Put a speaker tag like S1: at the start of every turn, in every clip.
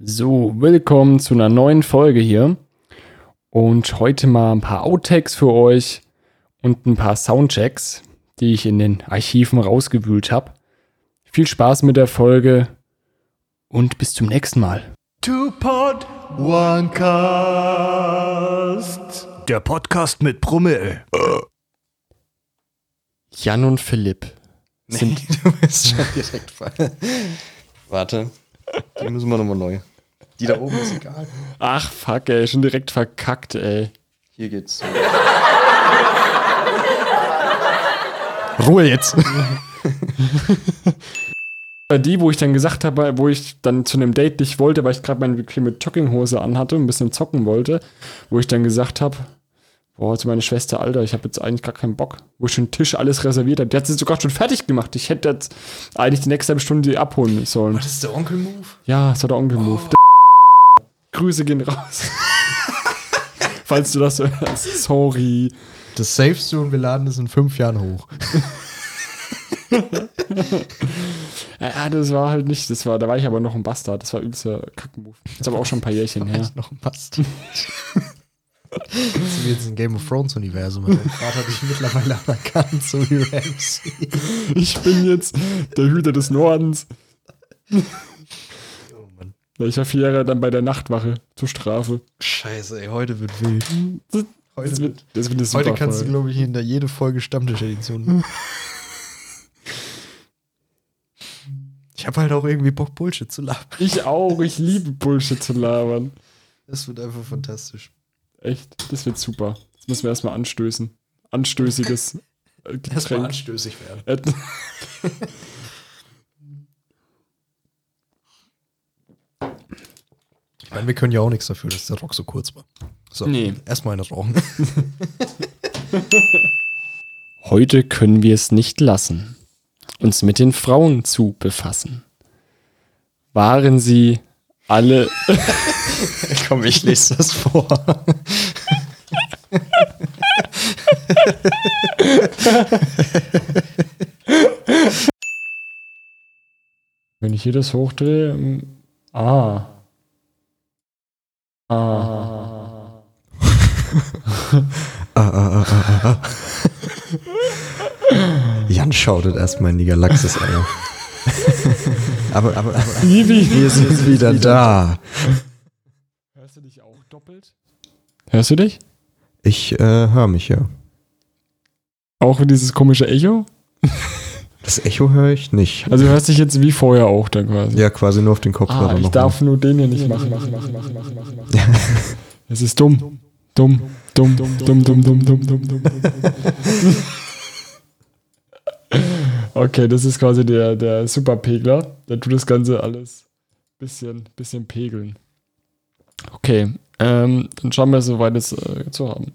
S1: So, willkommen zu einer neuen Folge hier. Und heute mal ein paar Outtakes für euch und ein paar Soundchecks, die ich in den Archiven rausgewühlt habe. Viel Spaß mit der Folge und bis zum nächsten Mal.
S2: Two Pod One Cast. Der Podcast mit Brummel.
S3: Jan und Philipp sind.
S4: du bist schon direkt falsch. Warte, die müssen wir nochmal neu. Die da oben ist egal.
S1: Ach, fuck, ey, schon direkt verkackt, ey.
S4: Hier geht's. so.
S3: Ruhe jetzt!
S1: Bei Äh, die, wo ich dann gesagt habe, wo ich dann zu einem Date nicht wollte, weil ich gerade meine bequeme Jogginghose anhatte und ein bisschen zocken wollte, wo ich dann gesagt habe, boah, zu meiner Schwester, Alter, ich habe jetzt eigentlich gar keinen Bock, wo ich schon den Tisch alles reserviert habe. Die hat sie sogar schon fertig gemacht. Ich hätte jetzt eigentlich die nächste halbe Stunde die abholen sollen.
S3: Das ist der Onkel-Move.
S1: Ja, es hat der Onkel Move.
S3: Oh.
S1: Grüße gehen raus. Falls du das hörst. Sorry.
S3: Das savest du und wir laden das in fünf Jahren hoch.
S1: Ja, das war halt nicht, das war, da war ich aber noch ein Bastard. Das war übelster Kackmove. Das ist aber auch schon ein paar Jährchen her.
S3: Noch ein Bastard. Das ist wie jetzt ein Game of Thrones Universum. Mein Vater hat dich mittlerweile anerkannt, so wie Ramsey.
S1: Ich bin jetzt der Hüter des Nordens.
S3: Oh
S1: Ja, Ich war vier Jahre dann bei der Nachtwache zur Strafe.
S3: Scheiße, ey, heute wird wild.
S1: Das, das
S3: Heute,
S1: wird, das wird eine super
S3: heute kannst du,
S1: Folge.
S3: glaube ich, hinter jede Folge Stammtisch-Edition. Ich habe halt auch irgendwie Bock, Bullshit zu labern.
S1: Ich auch, ich liebe Bullshit zu labern.
S3: Das wird einfach fantastisch.
S1: Echt, das wird super. Das müssen wir erstmal anstößen. Anstößiges äh,
S3: Erstmal
S1: Getränk.
S3: anstößig werden.
S1: Äh,
S3: Ich meine, wir können ja auch nichts dafür, dass der Rock so kurz war. So,
S1: Nee.
S3: erstmal eine rauchen.
S1: Heute können wir es nicht lassen, uns mit den Frauen zu befassen. Waren sie alle
S4: Komm, ich lese das vor.
S1: Wenn ich hier das hochdrehe. ähm, Ah. Ah.
S3: Ah, ah. Jan schautet erstmal in die Galaxis ein. aber, aber, aber wir sind wieder da.
S1: Hörst du dich auch doppelt? Hörst du dich?
S3: Ich äh, höre mich ja.
S1: Auch dieses komische Echo?
S3: Das Echo höre ich nicht.
S1: Also du hörst dich jetzt wie vorher auch dann quasi.
S3: Ja, quasi nur auf den Kopfhörer
S1: Ah, ich
S3: noch. ne?
S1: darf nur den hier nicht machen. machen, machen, machen, machen, machen, machen. Das ist dumm. Dumm, dumm, dumm, dumm, dumm, dumm, dumm, dumm, dumm. Okay, das ist quasi der, der Superpegler. Der tut das Ganze alles bisschen, bisschen pegeln. Okay, ähm, dann schauen wir, soweit es äh, zu haben.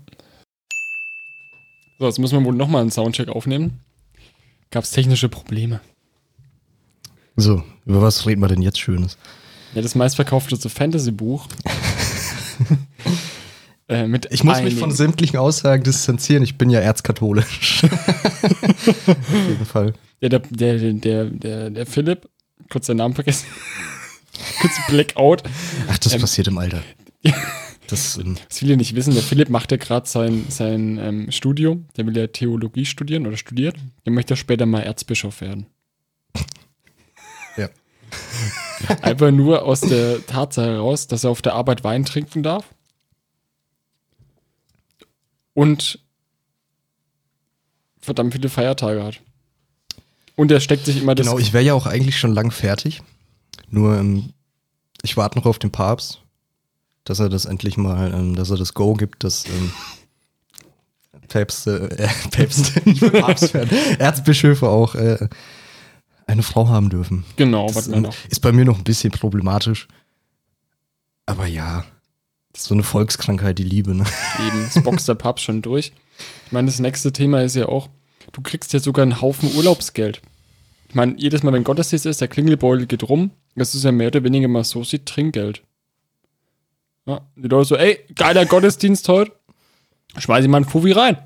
S1: So, jetzt müssen wir wohl nochmal einen Soundcheck aufnehmen. Gab es technische Probleme?
S3: So, über was reden wir denn jetzt Schönes?
S1: Ja, das meistverkaufteste Fantasy-Buch. äh, mit
S3: Ich muss mich von
S1: einigen-
S3: sämtlichen Aussagen distanzieren. Ich bin ja erzkatholisch. auf jeden Fall.
S1: ja, der, der, der, der, der Philipp, kurz seinen Namen vergessen. kurz Blackout.
S3: Ach, das
S1: Ähm,
S3: passiert im Alter. Das, ähm,
S1: Was viele nicht wissen, der Philipp macht ja gerade sein, sein ähm, Studium. Der will ja Theologie studieren oder studiert. Der möchte ja später mal Erzbischof werden.
S3: Ja.
S1: Einfach nur aus der Tatsache heraus, dass er auf der Arbeit Wein trinken darf. Und verdammt viele Feiertage hat. Und er steckt sich immer das.
S3: Genau, ich wäre ja auch eigentlich schon lang fertig. Nur ähm, ich warte noch auf den Papst, dass er das endlich mal, ähm, dass er das Go gibt, dass ähm, Päpste, äh, Päpste, nicht Papst werden, Erzbischöfe auch äh, eine Frau haben dürfen.
S1: genau,
S3: Das
S1: was
S3: ist,
S1: man noch.
S3: ist bei mir noch ein bisschen problematisch. Aber ja, das ist so eine Volkskrankheit, die Liebe. Ne?
S1: eben. Das boxt der Papst schon durch. Ich meine, das nächste Thema ist ja auch, du kriegst ja sogar einen Haufen Urlaubsgeld. Ich meine, jedes Mal, wenn Gottesdienst ist, der Klingelbeutel geht rum. Das ist ja mehr oder weniger mal so, sieht Trinkgeld. Ja, die Leute so, ey, geiler Gottesdienst heute. Schmeiß ich mal einen Fufi rein.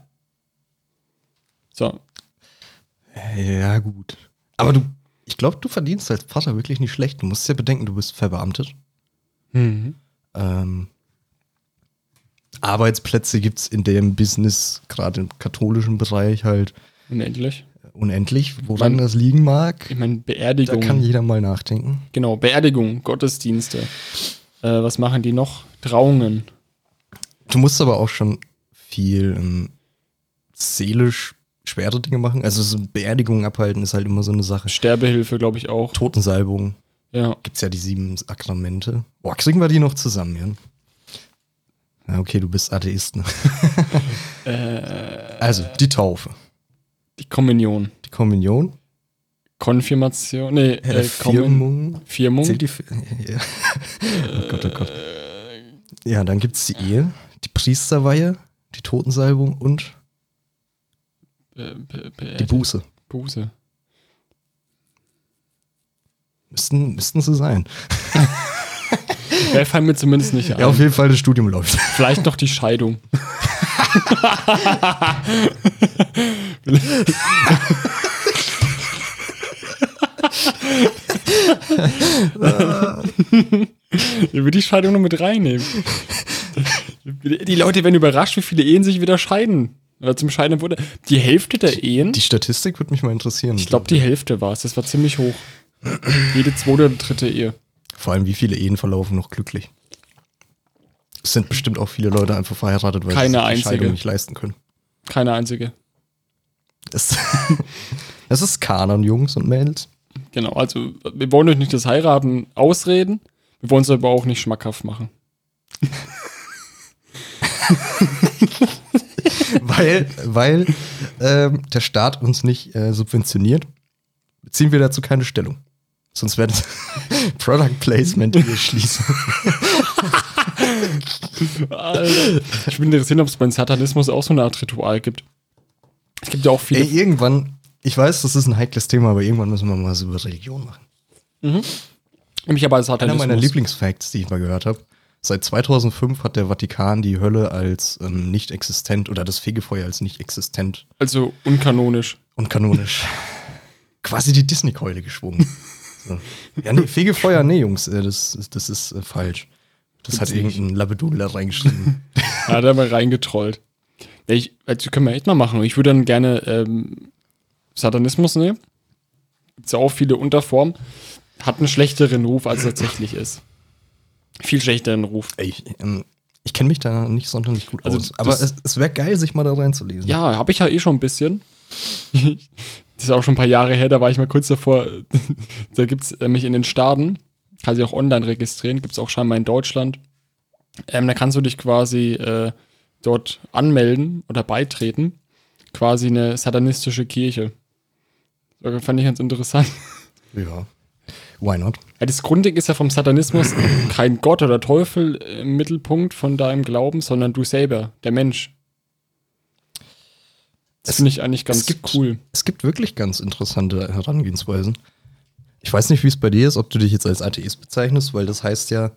S1: So,
S3: Äh, Ja, gut. Aber du, ich glaube, du verdienst als Vater wirklich nicht schlecht. Du musst ja bedenken, du bist verbeamtet. Ähm, Arbeitsplätze gibt es in dem Business, gerade im katholischen Bereich, halt
S1: Unendlich.
S3: unendlich. Woran
S1: Man-
S3: das liegen mag,
S1: Ich meine,
S3: da kann
S1: Beerdigung.
S3: jeder mal nachdenken.
S1: Genau, Beerdigung, Gottesdienste. Äh, was machen die noch? Trauungen.
S3: Du musst aber auch schon viel ähm, seelisch schwere Dinge machen. Also so Beerdigungen abhalten ist halt immer so eine Sache.
S1: Sterbehilfe, glaube ich, auch.
S3: Totensalbung
S1: Ja.
S3: gibt es ja die sieben Sakramente. Boah, kriegen wir die noch zusammen, Jan? Na, okay, du bist Atheist. Ne? also, die Taufe,
S1: Die Kommunion.
S3: die Kommunion,
S1: Konfirmation. Nee,
S3: äh,
S1: äh, Kommun-
S3: Firmung.
S1: Firmung.
S3: Zählt die Fi- ja. Oh Gott, oh Gott.
S1: Äh,
S3: Ja, dann gibt es die Ehe, die Priesterweihe, die Totensalbung und
S1: Be- be-
S3: die
S1: Beerdigung.
S3: Buße.
S1: Buße.
S3: Müssten, müssten sie sein.
S1: Wer fallen mir zumindest nicht ein.
S3: Ja, auf jeden Fall das Studium läuft.
S1: Vielleicht noch die Scheidung. ich will die Scheidung noch mit reinnehmen. Die Leute werden überrascht, wie viele Ehen sich wieder scheiden. Oder zum Scheiden wurde. Die Hälfte der Ehen,
S3: Die Statistik würde mich mal interessieren.
S1: ich glaube, die Hälfte war es. Das war ziemlich hoch. Jede zweite oder dritte Ehe.
S3: Vor allem, wie viele Ehen verlaufen noch glücklich? Es sind bestimmt auch viele Leute einfach verheiratet, weil
S1: Keine
S3: sie sich die
S1: einzige.
S3: Scheidung nicht leisten können.
S1: Keine einzige.
S3: Das, das ist Kanon, Jungs und Mädels.
S1: Genau, also wir wollen euch nicht das Heiraten ausreden, wir wollen es aber auch nicht schmackhaft machen.
S3: Weil, weil ähm, der Staat uns nicht äh, subventioniert, beziehen wir dazu keine Stellung. Sonst wäre das Product Placement hier schließen.
S1: Alter. Ich bin interessiert, ob es beim Satanismus auch so eine Art Ritual gibt. Es gibt ja auch viele.
S3: Ey, irgendwann, ich weiß, das ist ein heikles Thema, aber irgendwann müssen wir mal so über Religion machen.
S1: nämlich aber
S3: Einer
S1: Satanismus.
S3: meiner Lieblingsfacts, die ich mal gehört habe. Seit 2005 hat der Vatikan die Hölle als ähm, nicht existent oder das Fegefeuer als nicht existent
S1: also unkanonisch.
S3: und kanonisch. Quasi die Disney-Keule geschwungen. so. Ja, nee, Fegefeuer, nee, Jungs, äh, das, ist- das ist äh, falsch. Das hat irgendein Labedudel da reingeschrieben.
S1: Ja, da mal reingetrollt. Ja, Ich, also können wir echt mal machen. Ich würde dann gerne ähm, Satanismus nehmen. Gibt ja auch viele Unterformen. Hat einen schlechteren Ruf, als er tatsächlich ist. Viel schlechteren Ruf.
S3: Ey, ich ähm, ich kenne mich da nicht sonderlich gut
S1: Also
S3: aus.
S1: das-
S3: Aber es, es wäre geil, sich mal da reinzulesen.
S1: Ja, habe ich ja eh schon ein bisschen. das ist auch schon ein paar Jahre her, da war ich mal kurz davor. da gibt's nämlich in den Staaten, kann sich auch online registrieren, gibt's auch scheinbar in Deutschland. Ähm, da kannst du dich quasi äh, dort anmelden oder beitreten. Quasi eine satanistische Kirche. Das fand ich ganz interessant.
S3: ja. Why not?
S1: Ja, das Grundding ist ja vom Satanismus kein Gott oder Teufel im Mittelpunkt von deinem Glauben, sondern du selber, der Mensch. Das
S3: Es-
S1: finde ich eigentlich ganz
S3: es gibt,
S1: cool.
S3: Es gibt wirklich ganz interessante Herangehensweisen. Ich weiß nicht, wie es bei dir ist, ob du dich jetzt als Atheist bezeichnest, weil das heißt ja,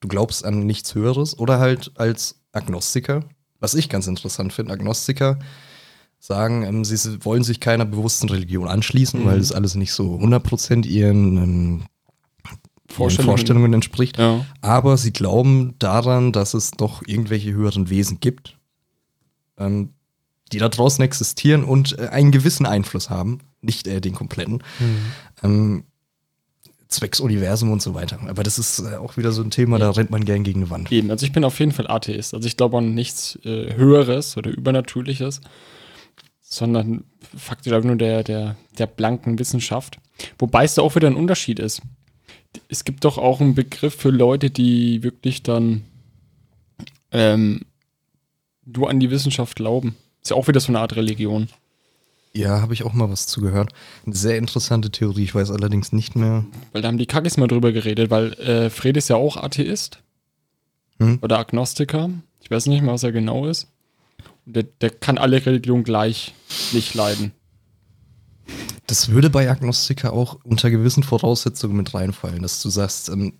S3: du glaubst an nichts Höheres oder halt als Agnostiker. Was ich ganz interessant finde, Agnostiker sagen, ähm, sie s- wollen sich keiner bewussten Religion anschließen,
S1: Mhm.
S3: weil das alles nicht so 100% ihren, ähm, ihren
S1: Vorstellungen.
S3: Vorstellungen entspricht.
S1: Ja.
S3: Aber sie glauben daran, dass es doch irgendwelche höheren Wesen gibt, ähm, die da draußen existieren und äh, einen gewissen Einfluss haben, nicht äh, den kompletten. Ähm, zwecks Universum und so weiter. Aber das ist äh, auch wieder so ein Thema, da rennt man gern gegen eine Wand.
S1: Eben, also ich bin auf jeden Fall Atheist. Also ich glaube an nichts äh, Höheres oder Übernatürliches, sondern faktisch einfach nur der, der, der blanken Wissenschaft. Wobei es da auch wieder ein Unterschied ist. Es gibt doch auch einen Begriff für Leute, die wirklich dann ähm, nur an die Wissenschaft glauben. Ist ja auch wieder so eine Art Religion.
S3: Ja, habe ich auch mal was zugehört. Eine sehr interessante Theorie, ich weiß allerdings nicht mehr.
S1: Weil da haben die Kackis mal drüber geredet, weil äh, Fred ist ja auch Atheist
S3: Hm.
S1: oder Agnostiker. Ich weiß nicht mal, was er genau ist. Und der, der kann alle Religionen gleich nicht leiden.
S3: Das würde bei Agnostiker auch unter gewissen Voraussetzungen mit reinfallen, dass du sagst, ähm,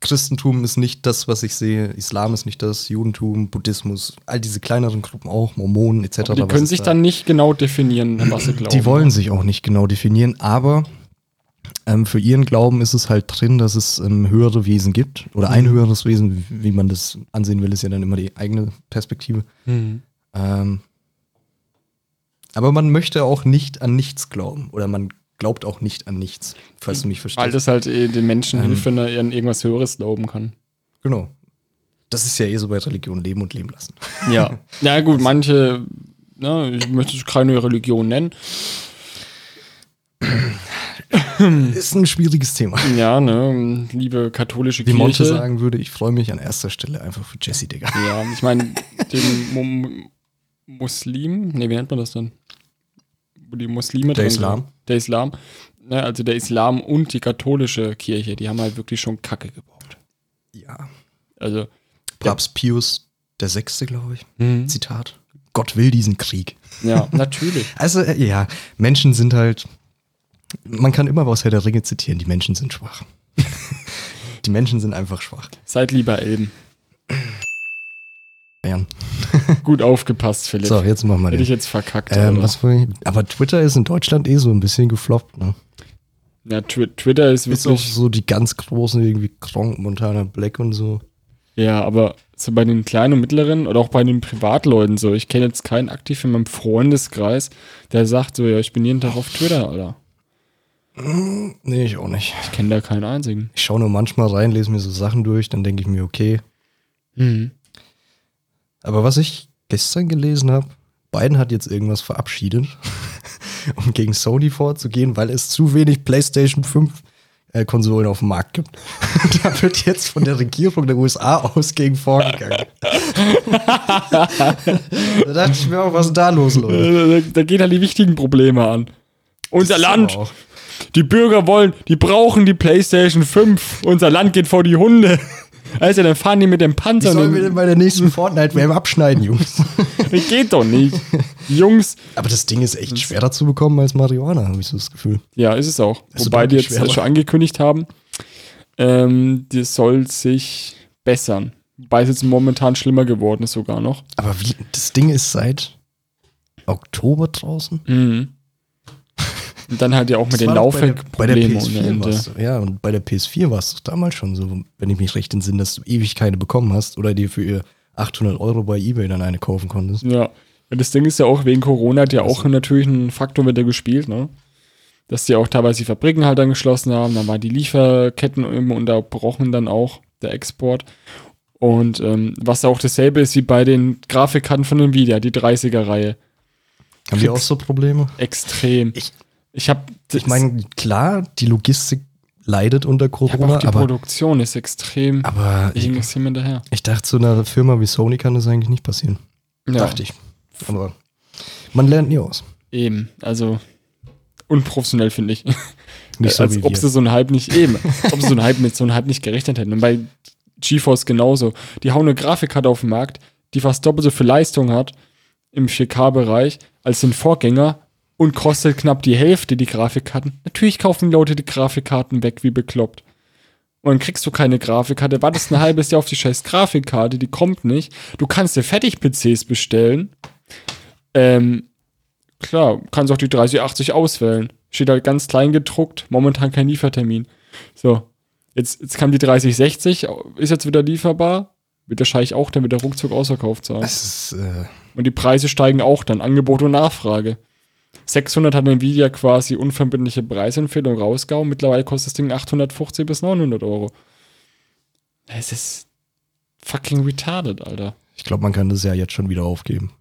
S3: Christentum ist nicht das, was ich sehe, Islam ist nicht das, Judentum, Buddhismus, all diese kleineren Gruppen auch, Mormonen etc.
S1: Aber die
S3: was
S1: können
S3: es
S1: sich
S3: da-
S1: dann nicht genau definieren, an was sie glauben.
S3: Die wollen sich auch nicht genau definieren, aber ähm, für ihren Glauben ist es halt drin, dass es ähm, höhere Wesen gibt oder
S1: Mhm.
S3: ein höheres Wesen, wie wie man das ansehen will, ist ja dann immer die eigene Perspektive. Ähm, aber man möchte auch nicht an nichts glauben oder man glaubt auch nicht an nichts, falls du mich verstehst.
S1: Weil das halt eh den Menschen
S3: Ähm.
S1: hilft, wenn er an irgendwas Höheres glauben kann.
S3: Genau. Das ist ja eh so bei Religion, leben und leben lassen.
S1: Ja. Na gut, manche, ne, ich möchte es keine Religion nennen. Hm.
S3: Ist ein schwieriges Thema.
S1: Ja, ne, liebe katholische
S3: Wie
S1: Kirche.
S3: Monte sagen würde, ich freue mich an erster Stelle einfach für Jesse, Digga.
S1: Ja, ich meine, dem Mu- Muslim, ne, wie nennt man das denn? Wo die Muslime
S3: Der
S1: drin
S3: Islam.
S1: sind. Der Islam. Ne, also der Islam und die katholische Kirche, die haben halt wirklich schon Kacke gebaut.
S3: Ja.
S1: Also,
S3: Papst Pius der Sechste, glaube ich.
S1: Mhm.
S3: Zitat. Gott will diesen Krieg.
S1: ja, natürlich.
S3: Also, äh, ja, Menschen sind halt. Man kann immer aus Herr der Ringe zitieren, die Menschen sind schwach. die Menschen sind einfach schwach.
S1: Seid lieber Elben.
S3: Bayern.
S1: Gut aufgepasst, Philipp.
S3: So, jetzt machen wir
S1: Hätte ich
S3: den.
S1: jetzt verkackt.
S3: Ähm,
S1: Alter.
S3: was wollte ich- aber Twitter ist in Deutschland eh so ein bisschen gefloppt, ne?
S1: ja, Twi Twitter ist
S3: Bis auf
S1: wirklich.
S3: so die ganz großen, irgendwie Kronk, Montana Black und so.
S1: Ja, aber so bei den kleinen und mittleren oder auch bei den Privatleuten so. Ich kenne jetzt keinen aktiv in meinem Freundeskreis, der sagt so, ja, ich bin jeden Tag auf Twitter, Alter.
S3: Nee, ich auch nicht.
S1: Ich kenne da keinen einzigen.
S3: Ich schaue nur manchmal rein, lese mir so Sachen durch, dann denke ich mir, okay.
S1: Mhm.
S3: Aber was ich gestern gelesen habe, Biden hat jetzt irgendwas verabschiedet, um gegen Sony vorzugehen, weil es zu wenig PlayStation 5 äh, Konsolen auf dem Markt gibt. da wird jetzt von der Regierung der USA aus gegen vorgegangen. da dachte ich mir auch, was ist da los, Leute?
S1: Da, da gehen halt die wichtigen Probleme an. Unser
S3: Das ist
S1: Land,
S3: aber auch-
S1: die Bürger wollen, die brauchen die PlayStation 5. Unser Land geht vor die Hunde. Also, dann fahren die mit dem
S3: Wie
S1: Panzer.
S3: sollen wir
S1: und-
S3: denn bei der nächsten Fortnite-Wave abschneiden, Jungs?
S1: Das geht doch nicht. Jungs,
S3: Aber das Ding ist echt schwerer zu bekommen als Marihuana, habe ich so das Gefühl.
S1: Ja, ist es auch.
S3: Also
S1: Wobei die
S3: deutlich
S1: jetzt
S3: schwerer.
S1: schon angekündigt haben, ähm, die soll sich bessern. Wobei es jetzt momentan schlimmer geworden ist sogar noch.
S3: Aber wie, das Ding ist seit Oktober draußen?
S1: Und dann halt ja auch mit
S3: Mhm.
S1: den
S3: Das war doch bei der- Bei der
S1: Laufwerkproblemen ohne
S3: PS4
S1: Ende.
S3: warst du, ja, und bei der PS4 war es doch damals schon so, wenn ich mich recht entsinne, dass du ewig keine bekommen hast oder dir für ihr 800 Euro bei Ebay dann eine kaufen konntest.
S1: Ja. Und das Ding ist ja auch, wegen Corona hat ja
S3: Also.
S1: auch natürlich ein Faktor wieder gespielt, ne? Dass die auch teilweise die Fabriken halt dann geschlossen haben, dann waren die Lieferketten immer unterbrochen, dann auch der Export. Und ähm, was auch dasselbe ist wie bei den Grafikkarten von Nvidia, die 30er-Reihe.
S3: Haben die auch so Probleme?
S1: Extrem.
S3: Ich-
S1: ich habe
S3: Ich meine, klar, die Logistik leidet unter Corona,
S1: auch die
S3: aber,
S1: Produktion ist extrem.
S3: aber ich,
S1: Irgendwas hier hinterher.
S3: ich dachte, so einer Firma wie Sony kann das eigentlich nicht passieren.
S1: Ja,
S3: Dachte ich. Aber man lernt nie aus.
S1: Eben. Also unprofessionell finde ich.
S3: Nicht so
S1: Äh, Als
S3: wie
S1: ob
S3: wir.
S1: sie so einen Hype nicht eben, ob sie so einen Hype mit so einem Hype nicht gerechnet hätten. Und bei GeForce genauso. Die hauen eine Grafikkarte auf den Markt, die fast doppelt so viel Leistung hat im 4K-Bereich als den Vorgänger und kostet knapp die Hälfte die Grafikkarten. Natürlich kaufen die Leute die Grafikkarten weg wie bekloppt. Und dann kriegst du keine Grafikkarte, wartest ein halbes Jahr auf die scheiß Grafikkarte, die kommt nicht. Du kannst dir Fertig-PCs bestellen. Ähm, klar, kannst auch die 3080 auswählen. Steht halt ganz klein gedruckt, momentan kein Liefertermin. So, jetzt, jetzt kam die 3060, ist jetzt wieder lieferbar. Wird wahrscheinlich auch dann wieder ruckzuck ausverkauft sein.
S3: Das ist, äh,
S1: Und die Preise steigen auch dann, Angebot und Nachfrage. 600 hat Nvidia quasi unverbindliche Preisempfehlung rausgehauen. Mittlerweile kostet das Ding 850 bis 900 Euro. Es ist fucking retarded, Alter.
S3: ich glaube, man kann das ja jetzt schon wieder aufgeben.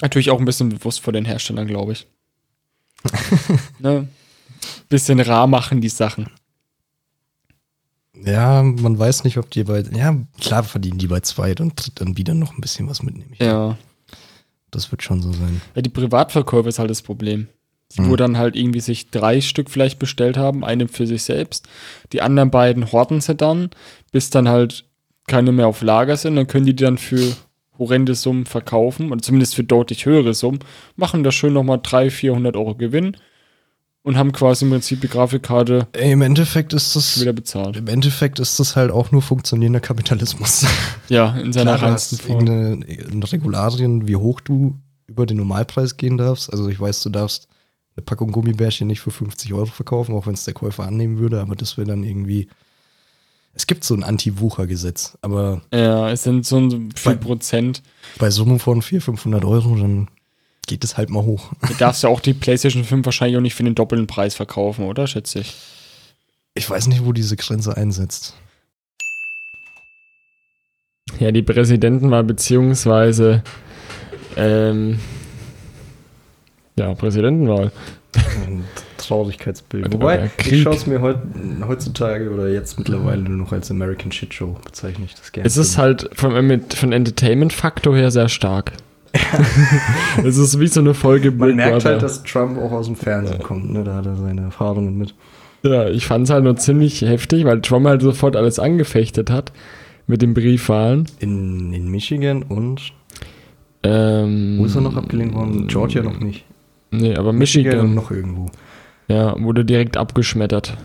S1: Natürlich auch ein bisschen bewusst vor den Herstellern, glaube ich. ne? Bisschen rar machen die Sachen.
S3: Ja, man weiß nicht, ob die bei. Ja, klar verdienen die bei zwei und tritt dann wieder noch ein bisschen was mit, nämlich.
S1: Ja.
S3: Das wird schon so sein.
S1: ja die Privatverkäufe ist halt das Problem. Wo
S3: Mhm.
S1: dann halt irgendwie sich drei Stück vielleicht bestellt haben, eine für sich selbst. Die anderen beiden horten sie dann, bis dann halt keine mehr auf Lager sind. Dann können die die dann für horrende Summen verkaufen oder zumindest für deutlich höhere Summen. Machen da schön nochmal 300, 400 Euro Gewinn und haben quasi im Prinzip die Grafikkarte
S3: Ey, Äh, Im Endeffekt ist das.
S1: wieder bezahlt.
S3: Im Endeffekt ist das halt auch nur funktionierender Kapitalismus.
S1: Ja, in seiner
S3: Klar, du
S1: reinsten
S3: hast
S1: Form.
S3: irgendeine irgendeine Regularien, wie hoch du über den Normalpreis gehen darfst. Also ich weiß, du darfst eine Packung Gummibärchen nicht für 50 Euro verkaufen, auch wenn es der Käufer annehmen würde, aber das wäre dann irgendwie. Es gibt so ein Anti-Wucher-Gesetz, aber
S1: Ja, es sind so ein viel
S3: Bei-
S1: Prozent.
S3: bei Summen von 400, 500 Euro, dann geht es halt mal hoch.
S1: Du darfst ja auch die PlayStation 5 wahrscheinlich auch nicht für den doppelten Preis verkaufen, oder? Schätze ich.
S3: Ich weiß nicht, wo diese Grenze einsetzt.
S1: Ja, die Präsidentenwahl beziehungsweise ähm, ja, Präsidentenwahl.
S3: Ein Traurigkeitsbild.
S1: Oder
S3: Wobei,
S1: der
S3: ich
S1: Krieg.
S3: schaue es mir heut, heutzutage oder jetzt mittlerweile nur noch als American Shit Show bezeichne ich das gerne.
S1: Es ist halt vom, mit, von Entertainment-Faktor her sehr stark. es ist wie so eine Folge
S3: Man
S1: Big
S3: merkt
S1: Brother.
S3: halt, dass Trump auch aus dem Fernsehen kommt, ne? Da hat er seine Erfahrungen mit.
S1: Ja, ich fand es halt nur ziemlich heftig, weil Trump halt sofort alles angefechtet hat mit den Briefwahlen.
S3: In, in Michigan und
S1: Ähm,
S3: wo ist er noch abgelehnt worden? Georgia noch nicht.
S1: Nee, aber Michigan,
S3: und noch irgendwo.
S1: ja, wurde direkt abgeschmettert.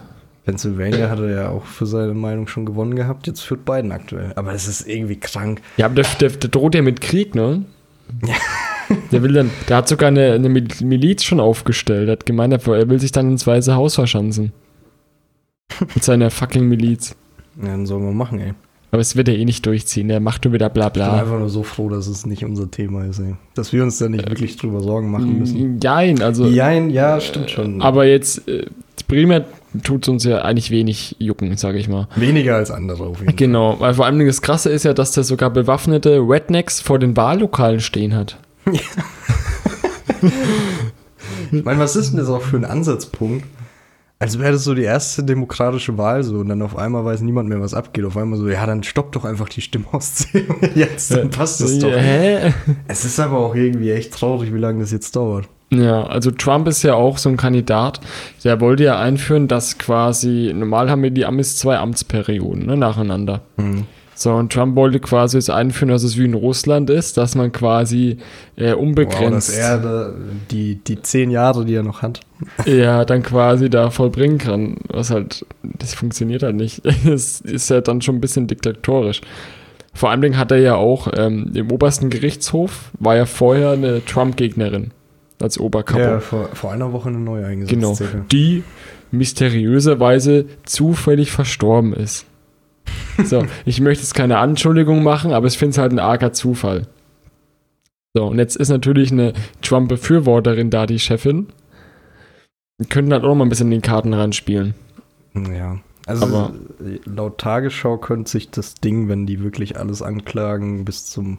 S3: Pennsylvania hat er ja auch für seine Meinung schon gewonnen gehabt. Jetzt führt Biden aktuell. Aber es ist irgendwie krank.
S1: Ja, aber der, der, der droht ja mit Krieg, ne? Der will dann, der hat sogar eine, eine Mil- Miliz schon aufgestellt, hat gemeint, er er will sich dann ins Weiße Haus verschanzen. Mit seiner fucking Miliz.
S3: Ja, dann sollen wir machen, ey.
S1: Aber es wird er eh nicht durchziehen, der macht nur wieder bla
S3: Ich bin
S1: bla.
S3: einfach nur so froh, dass es nicht unser Thema ist, ey. Dass wir uns da
S1: Äh,
S3: nicht wirklich drüber Sorgen machen müssen.
S1: Jein, also.
S3: Jein, ja, stimmt schon.
S1: mm. Aber jetzt, äh, primär tut es uns ja eigentlich wenig jucken, sage ich mal.
S3: Weniger als andere auf jeden Fall.
S1: Genau, weil vor allem das Krasse ist ja, dass der sogar bewaffnete Rednecks vor den Wahllokalen stehen hat.
S3: Ich meine, was ist denn das auch für ein Ansatzpunkt? Als wäre das so die erste demokratische Wahl so und dann auf einmal weiß niemand mehr, was abgeht. Auf einmal so, ja, dann stoppt doch einfach die Stimmauszählung jetzt, dann Äh, passt das doch.
S1: Hä?
S3: Es ist aber auch irgendwie echt traurig, wie lange das jetzt dauert.
S1: Ja, also Trump ist ja auch so ein Kandidat, der wollte ja einführen, dass quasi, normal haben wir die Amis zwei Amtsperioden ne, nacheinander.
S3: Mhm.
S1: So, und Trump wollte quasi jetzt einführen, dass es wie in Russland ist, dass man quasi äh,
S3: Wow, dass
S1: unbegrenzt
S3: er da, die, die zehn Jahre, die er noch hat.
S1: ja, dann quasi da vollbringen kann. Was halt, das funktioniert halt nicht. Das ist ja dann schon ein bisschen diktatorisch. Vor allem hat er ja auch ähm, im obersten Gerichtshof war ja vorher eine Trump-Gegnerin als Oberkapo.
S3: Ja, vor, vor einer Woche eine neue eingesetzt.
S1: Genau,
S3: circa.
S1: die mysteriöserweise zufällig verstorben ist. So, ich möchte jetzt keine Anschuldigung machen, aber ich finde es halt ein arger Zufall. So, und jetzt ist natürlich eine Trump-Befürworterin da, die Chefin. Die könnten halt auch noch mal ein bisschen in den Karten reinspielen.
S3: Ja. Also
S1: Aber-
S3: laut Tagesschau könnte sich das Ding, wenn die wirklich alles anklagen, bis zum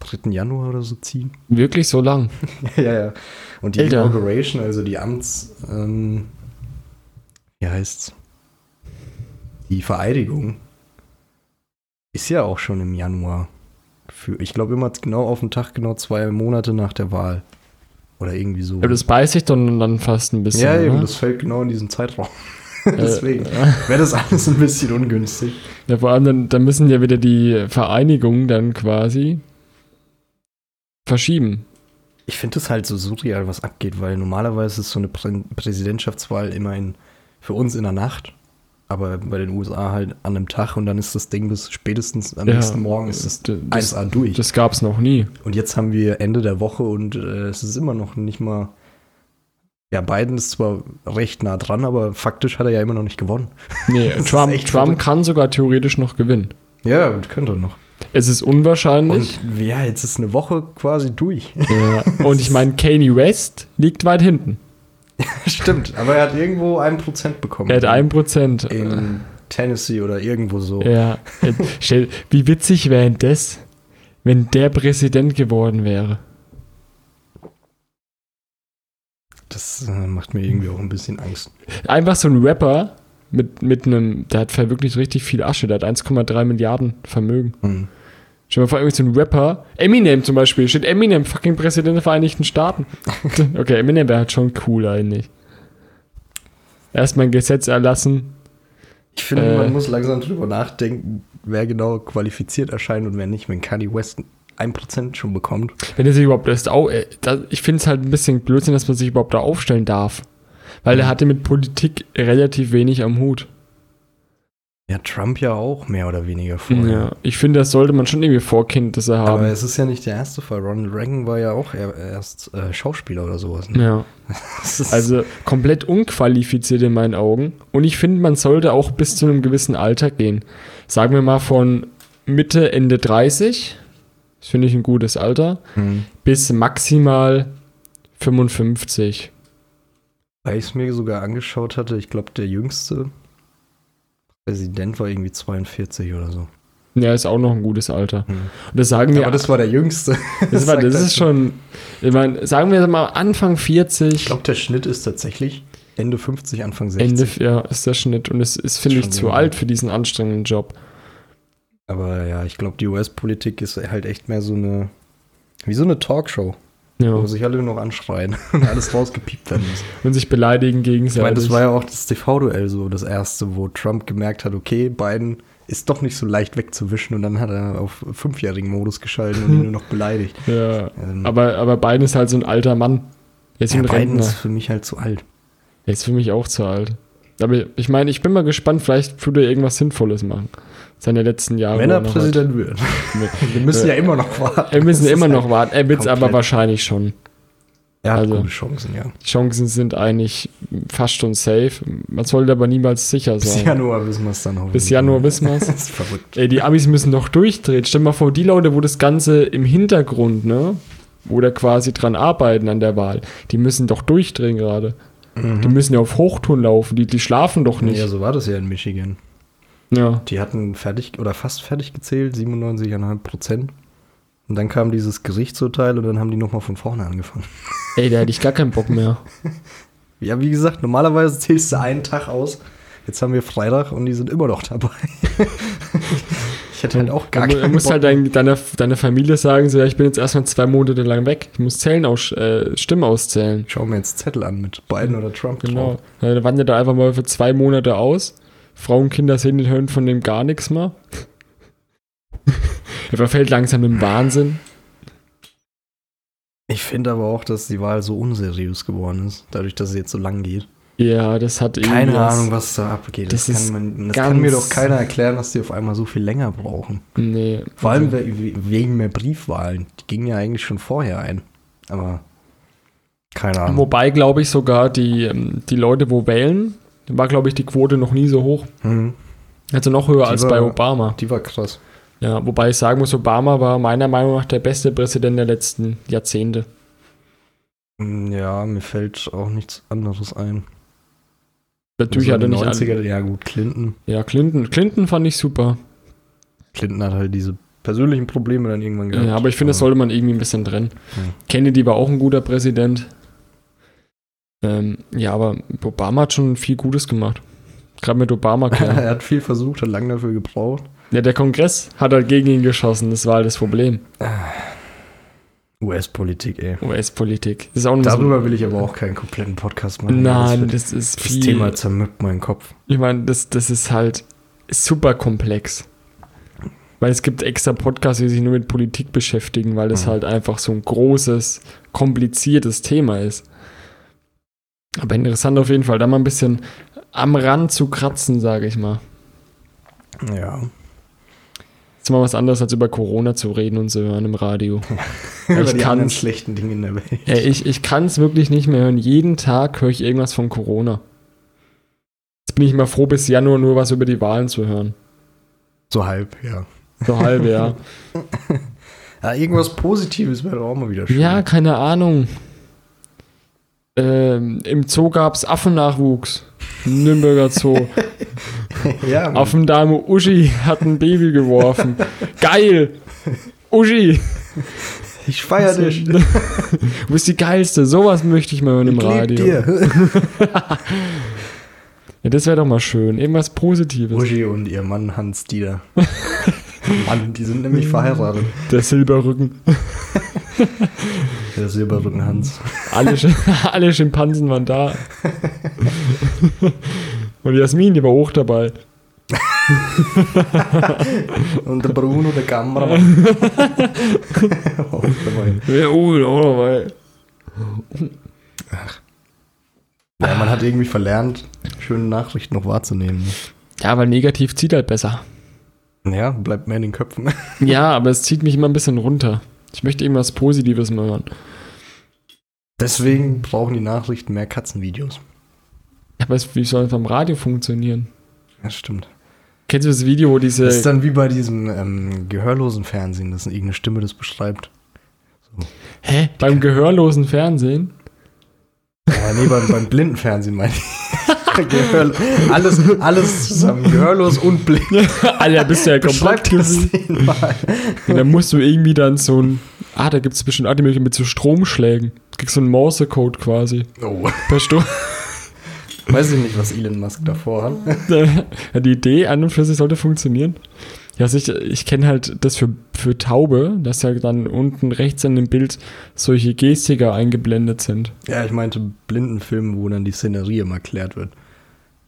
S3: 3. Januar oder so ziehen.
S1: Wirklich so lang.
S3: ja, ja. Und die
S1: Alter.
S3: Inauguration, also die Amts, ähm, wie heißt's? Die Vereidigung ist ja auch schon im Januar. Für, ich glaube immer genau auf den Tag, genau zwei Monate nach der Wahl. Oder irgendwie so.
S1: Aber das beißt sich dann, dann fast ein bisschen.
S3: ja, eben,
S1: oder? Äh,
S3: das fällt genau in diesen Zeitraum. Deswegen wäre das alles ein bisschen ungünstig.
S1: Ja, vor allem, dann, dann müssen ja wieder die Vereinigungen dann quasi verschieben.
S3: Ich finde es halt so surreal, was abgeht, weil normalerweise ist so eine Prä Präsidentschaftswahl immer in, für uns in der Nacht, aber bei den USA halt an einem Tag und dann ist das Ding bis spätestens am
S1: Ja,
S3: nächsten Morgen ist äh, das
S1: d- das-
S3: 1A durch.
S1: Das gab es noch nie.
S3: Und jetzt haben wir Ende der Woche und äh, es ist immer noch nicht mal. Ja, Biden ist zwar recht nah dran, aber faktisch hat er ja immer noch nicht gewonnen.
S1: Nee,
S3: Das ist
S1: Trump,
S3: echt
S1: Trump
S3: verrückt.
S1: kann sogar theoretisch noch gewinnen.
S3: Ja, könnte er noch.
S1: Es ist unwahrscheinlich.
S3: Und ja, jetzt ist eine Woche quasi durch.
S1: Und, ja. und ich meine, Kanye West liegt weit hinten.
S3: Stimmt, aber er hat irgendwo 1% bekommen.
S1: Er hat 1%.
S3: in Tennessee oder irgendwo so.
S1: Ja. Jetzt Stell, wie witzig wäre denn das, wenn der Präsident geworden wäre?
S3: Das äh, macht mir irgendwie auch ein bisschen Angst.
S1: Einfach so ein Rapper mit, mit einem, der hat verwirklicht richtig viel Asche, der hat 1,3 Milliarden Vermögen.
S3: Hm.
S1: Stell dir mal vor, irgendwie so ein Rapper, Eminem zum Beispiel, steht Eminem, fucking Präsident der Vereinigten Staaten. Okay, Eminem wäre halt schon cool eigentlich. Erstmal ein Gesetz erlassen.
S3: Ich finde,
S1: Äh.
S3: man muss langsam drüber nachdenken, wer genau qualifiziert erscheint und wer nicht. Wenn Kanye West 1% schon bekommt.
S1: Wenn er sich überhaupt erst au äh, da, Ich finde es halt ein bisschen Blödsinn, dass man sich überhaupt da
S3: Mhm.
S1: aufstellen darf. Weil er hatte mit Politik relativ wenig am Hut.
S3: Ja, Trump ja auch mehr oder weniger vorher.
S1: Ja, ich finde, das sollte man schon irgendwie Vorkenntnisse
S3: Aber
S1: haben.
S3: es ist ja nicht der erste Fall. Ronald Reagan war ja auch er- erst äh, Schauspieler oder sowas. Ne?
S1: Ja.
S3: Das ist-
S1: Also komplett unqualifiziert in meinen Augen. Und ich finde, man sollte auch bis zu einem gewissen Alter gehen. Sagen wir mal von Mitte, Ende 30, das finde ich ein gutes Alter,
S3: Hm.
S1: bis maximal 55.
S3: Weil ich es mir sogar angeschaut hatte, ich glaube, der jüngste Präsident war irgendwie 42 oder so.
S1: Ja, ist auch noch ein gutes Alter.
S3: Hm.
S1: Und das sagen wir,
S3: Aber das war der jüngste.
S1: das, war, das
S3: sagt
S1: ist schon, ich meine, sagen wir mal Anfang 40.
S3: Ich glaube, der Schnitt ist tatsächlich Ende 50, Anfang 60.
S1: Ende, ja, ist der Schnitt. Und es ist, finde ich,
S3: Schon
S1: zu
S3: sehr
S1: alt für diesen anstrengenden Job.
S3: Aber ja, ich glaube, die US-Politik ist halt echt mehr so eine, wie so eine Talkshow,
S1: Ja.
S3: wo sich alle nur noch anschreien und alles rausgepiept werden muss.
S1: Und sich beleidigen
S3: Ich meine,
S1: gegenseitig.
S3: das war ja auch das TV-Duell so, das erste, wo Trump gemerkt hat, okay, Biden ist doch nicht so leicht wegzuwischen und dann hat er auf fünfjährigen Modus geschalten und ihn nur noch beleidigt.
S1: Ja,
S3: Ähm.
S1: aber, aber Biden ist halt so ein alter Mann. Er ist
S3: Ja,
S1: ein
S3: Biden
S1: Rentner.
S3: ist für mich halt zu alt.
S1: Er ist für mich auch zu alt. Aber ich meine, ich bin mal gespannt, vielleicht würde er irgendwas Sinnvolles machen. Seine letzten Jahre.
S3: Wenn
S1: wo
S3: er
S1: noch
S3: Präsident wird.
S1: was-
S3: Wir müssen ja immer noch warten.
S1: Wir müssen
S3: Das ist
S1: immer noch
S3: halt-
S1: warten. Er wird es aber
S3: komplett.
S1: wahrscheinlich schon.
S3: Er hat
S1: also-
S3: gute Chancen, ja.
S1: Die Chancen sind eigentlich fast schon safe. Man sollte aber niemals sicher
S3: Bis
S1: sein.
S3: Januar wissen wir es dann hoffentlich.
S1: Bis Januar wissen wir's.
S3: Das ist verrückt.
S1: Ey, die Amis müssen noch durchdrehen. Stell mal vor, die Leute, wo das Ganze im Hintergrund, ne? Oder quasi dran arbeiten an der Wahl, die müssen doch durchdrehen gerade. Die müssen ja auf Hochtouren laufen, die, die schlafen doch nicht.
S3: Mhm. Ja, so war das ja in Michigan.
S1: Ja.
S3: Die hatten fertig oder fast fertig gezählt, 97,5 Prozent. Und dann kam dieses Gerichtsurteil und dann haben die nochmal von vorne angefangen.
S1: Ey, da hätte ich gar keinen Bock mehr.
S3: Ja, wie gesagt, normalerweise zählst du einen Tag aus. Jetzt haben wir Freitag und die sind immer noch dabei. ich hätte halt auch gar
S1: du, du
S3: keinen
S1: musst
S3: Bock.
S1: halt dein, deiner, deiner Familie sagen, so, ja, ich bin jetzt erstmal zwei Monate lang weg. Ich muss Zellen aus, äh, Stimmen auszählen.
S3: Schau mir jetzt Zettel an mit Biden oder Trump
S1: Genau.
S3: drauf.
S1: Ja, Dann wandert er einfach mal für zwei Monate aus. Frauen, Kinder sehen und hören von dem gar nichts mehr. er verfällt langsam im Wahnsinn.
S3: Ich finde aber auch, dass die Wahl so unseriös geworden ist, dadurch, dass sie jetzt so lang geht.
S1: Ja, das hat irgendwie
S3: Keine
S1: was-
S3: Ahnung, was da abgeht.
S1: Das ist
S3: kann, man, das
S1: ganz-
S3: kann mir doch keiner erklären, dass die auf einmal so viel länger brauchen.
S1: Nee.
S3: Vor allem we- wegen mehr Briefwahlen. Die gingen ja eigentlich schon vorher ein. Aber keine Ahnung.
S1: Wobei, glaube ich, sogar die, ähm, die Leute, wo wählen, war, glaube ich, die Quote noch nie so hoch.
S3: Hm,
S1: Also noch höher als
S3: war-
S1: bei Obama.
S3: die war krass.
S1: Ja, wobei ich sagen muss, Obama war meiner Meinung nach der beste Präsident der letzten Jahrzehnte.
S3: Hm, Ja, mir fällt auch nichts anderes ein.
S1: Natürlich
S3: Also
S1: hat er
S3: die
S1: nicht alle.
S3: 90er, Ja gut, Clinton.
S1: Ja, Clinton. Clinton fand ich super.
S3: Clinton hat halt diese persönlichen Probleme dann irgendwann
S1: Ja,
S3: gehabt.
S1: aber ich finde, das sollte man irgendwie ein bisschen trennen.
S3: Hm.
S1: Kennedy war auch ein guter Präsident. Ähm, ja, aber Obama hat schon viel Gutes gemacht. Gerade mit Obama.
S3: er hat viel versucht, hat lange dafür gebraucht.
S1: ja, der Kongress hat halt gegen ihn geschossen. Das war halt das Problem.
S3: US-Politik, ey.
S1: US-Politik. Das ist auch ein
S3: Darüber will ich aber auch keinen kompletten Podcast machen.
S1: Also- Nein,
S3: das, wird-
S1: das, ist
S3: das
S1: viel.
S3: Thema zermürbt meinen Kopf.
S1: Ich meine, das, das ist halt super komplex. Weil es gibt extra Podcasts, die sich nur mit Politik beschäftigen, weil
S3: Mhm.
S1: es halt einfach so ein großes, kompliziertes Thema ist. Aber interessant auf jeden Fall, da mal ein bisschen am Rand zu kratzen, sage ich mal.
S3: Ja.
S1: Ist mal was anderes, als über Corona zu reden und zu hören im Radio.
S3: Über
S1: ich
S3: die anderen
S1: kann's.
S3: schlechten Dinge in der Welt.
S1: Ey, Äh, ich ich kann es wirklich nicht mehr hören. Jeden Tag höre ich irgendwas von Corona. Jetzt bin ich mal froh, bis Januar nur was über die Wahlen zu hören.
S3: So halb, ja.
S1: So halb, ja.
S3: Ja, irgendwas Positives wäre doch auch mal wieder schön.
S1: Ja, keine Ahnung. Ähm, Im Zoo gab's Affennachwuchs. Im Nürnberger Zoo.
S3: ja Mann.
S1: Affendame Uschi hat ein Baby geworfen. Geil! Uschi!
S3: ich feier dich.
S1: Du bist die Geilste. Sowas möchte ich mal hören im
S3: Ich lieb
S1: Radio.
S3: dir.
S1: Ja, das wäre doch mal schön. Irgendwas Positives.
S3: Uschi und ihr Mann Hans Dieter. Mann, die sind nämlich verheiratet.
S1: Der Silberrücken.
S3: Der Silberrücken Hans.
S1: Alle, Sch- alle Schimpansen waren da. Und Jasmin, die war hoch dabei.
S3: Und der Bruno, der Kameramann. auch dabei.
S1: Ja, oh, auch dabei.
S3: Ja, man hat irgendwie verlernt, schöne Nachrichten noch wahrzunehmen.
S1: Ja, weil negativ zieht halt besser.
S3: Ja, bleibt mehr in den Köpfen.
S1: Ja, aber es zieht mich immer ein bisschen runter. Ich möchte irgendwas Positives mal hören.
S3: Deswegen brauchen die Nachrichten mehr Katzenvideos.
S1: Aber es, wie soll das am Radio funktionieren?
S3: Das stimmt.
S1: Kennst du das Video, wo diese.
S3: Das ist dann wie bei diesem ähm, gehörlosen Fernsehen, dass irgendeine Stimme das beschreibt.
S1: hä? Beim gehörlosen Fernsehen?
S3: Aber nee, beim, beim blinden Fernsehen meine ich. Gehörlo- alles, alles zusammen, gehörlos und blind.
S1: Alter, bist du ja
S3: Beschreibt
S1: komplett
S3: das
S1: gesehen.
S3: zehnmal.
S1: Und dann musst du irgendwie dann so ein. Ah, da gibt es bestimmt auch die Möglichkeit mit so Stromschlägen. Du kriegst so einen Morse-Code quasi.
S3: Oh.
S1: Per Stunde.
S3: Weiß ich nicht, was Elon Musk davor hat.
S1: ja, die Idee an und für sich sollte funktionieren. Ja, also ich, ich kenne halt das für, für Taube, dass ja dann unten rechts in dem Bild solche Gestiker eingeblendet sind.
S3: Ja, ich meinte blinden Filme, wo dann die Szenerie immer erklärt wird.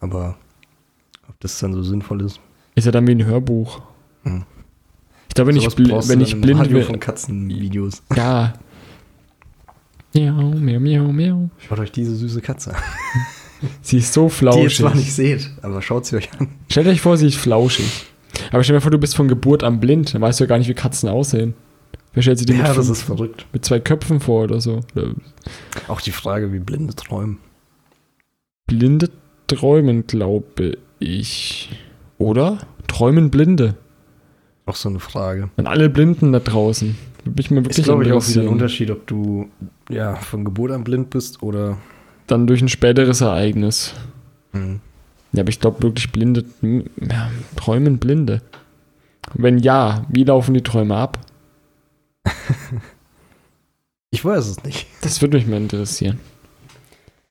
S3: Aber ob das dann so sinnvoll ist.
S1: Ist ja dann wie ein Hörbuch.
S3: Hm.
S1: Ich glaube, wenn ich,
S3: Sowas
S1: bl
S3: brauchst du
S1: wenn
S3: dann
S1: ich
S3: im
S1: blind
S3: Radio
S1: wäre.
S3: von Katzenvideos.
S1: Ja. Miau, miau, miau, miau.
S3: Schaut euch diese süße Katze an.
S1: Sie ist so
S3: Die ihr zwar
S1: flauschig.
S3: nicht seht, aber schaut sie euch an.
S1: Stellt euch vor, sie ist flauschig. Aber stell dir vor, du bist von Geburt an blind. Dann weißt du ja gar nicht, wie Katzen aussehen. Wer stellt sie dir
S3: Ja,
S1: mit,
S3: das
S1: fünf-
S3: ist verrückt.
S1: mit zwei Köpfen vor oder so? Oder
S3: Auch die Frage, wie Blinde träumen.
S1: Blinde träumen, glaube ich. Oder? Träumen Blinde.
S3: Auch so eine Frage.
S1: An alle Blinden da draußen. Würde mich mal
S3: Ist,
S1: wirklich
S3: glaube ich, auch wieder
S1: interessieren.
S3: ein Unterschied, ob du ja von Geburt an blind bist oder.
S1: Dann durch ein späteres Ereignis.
S3: Hm.
S1: Ja, aber ich glaube wirklich Blinde. hm, Ja, träumen Blinde. Wenn ja, wie laufen die Träume ab?
S3: Ich weiß es nicht.
S1: Das würde mich mal interessieren.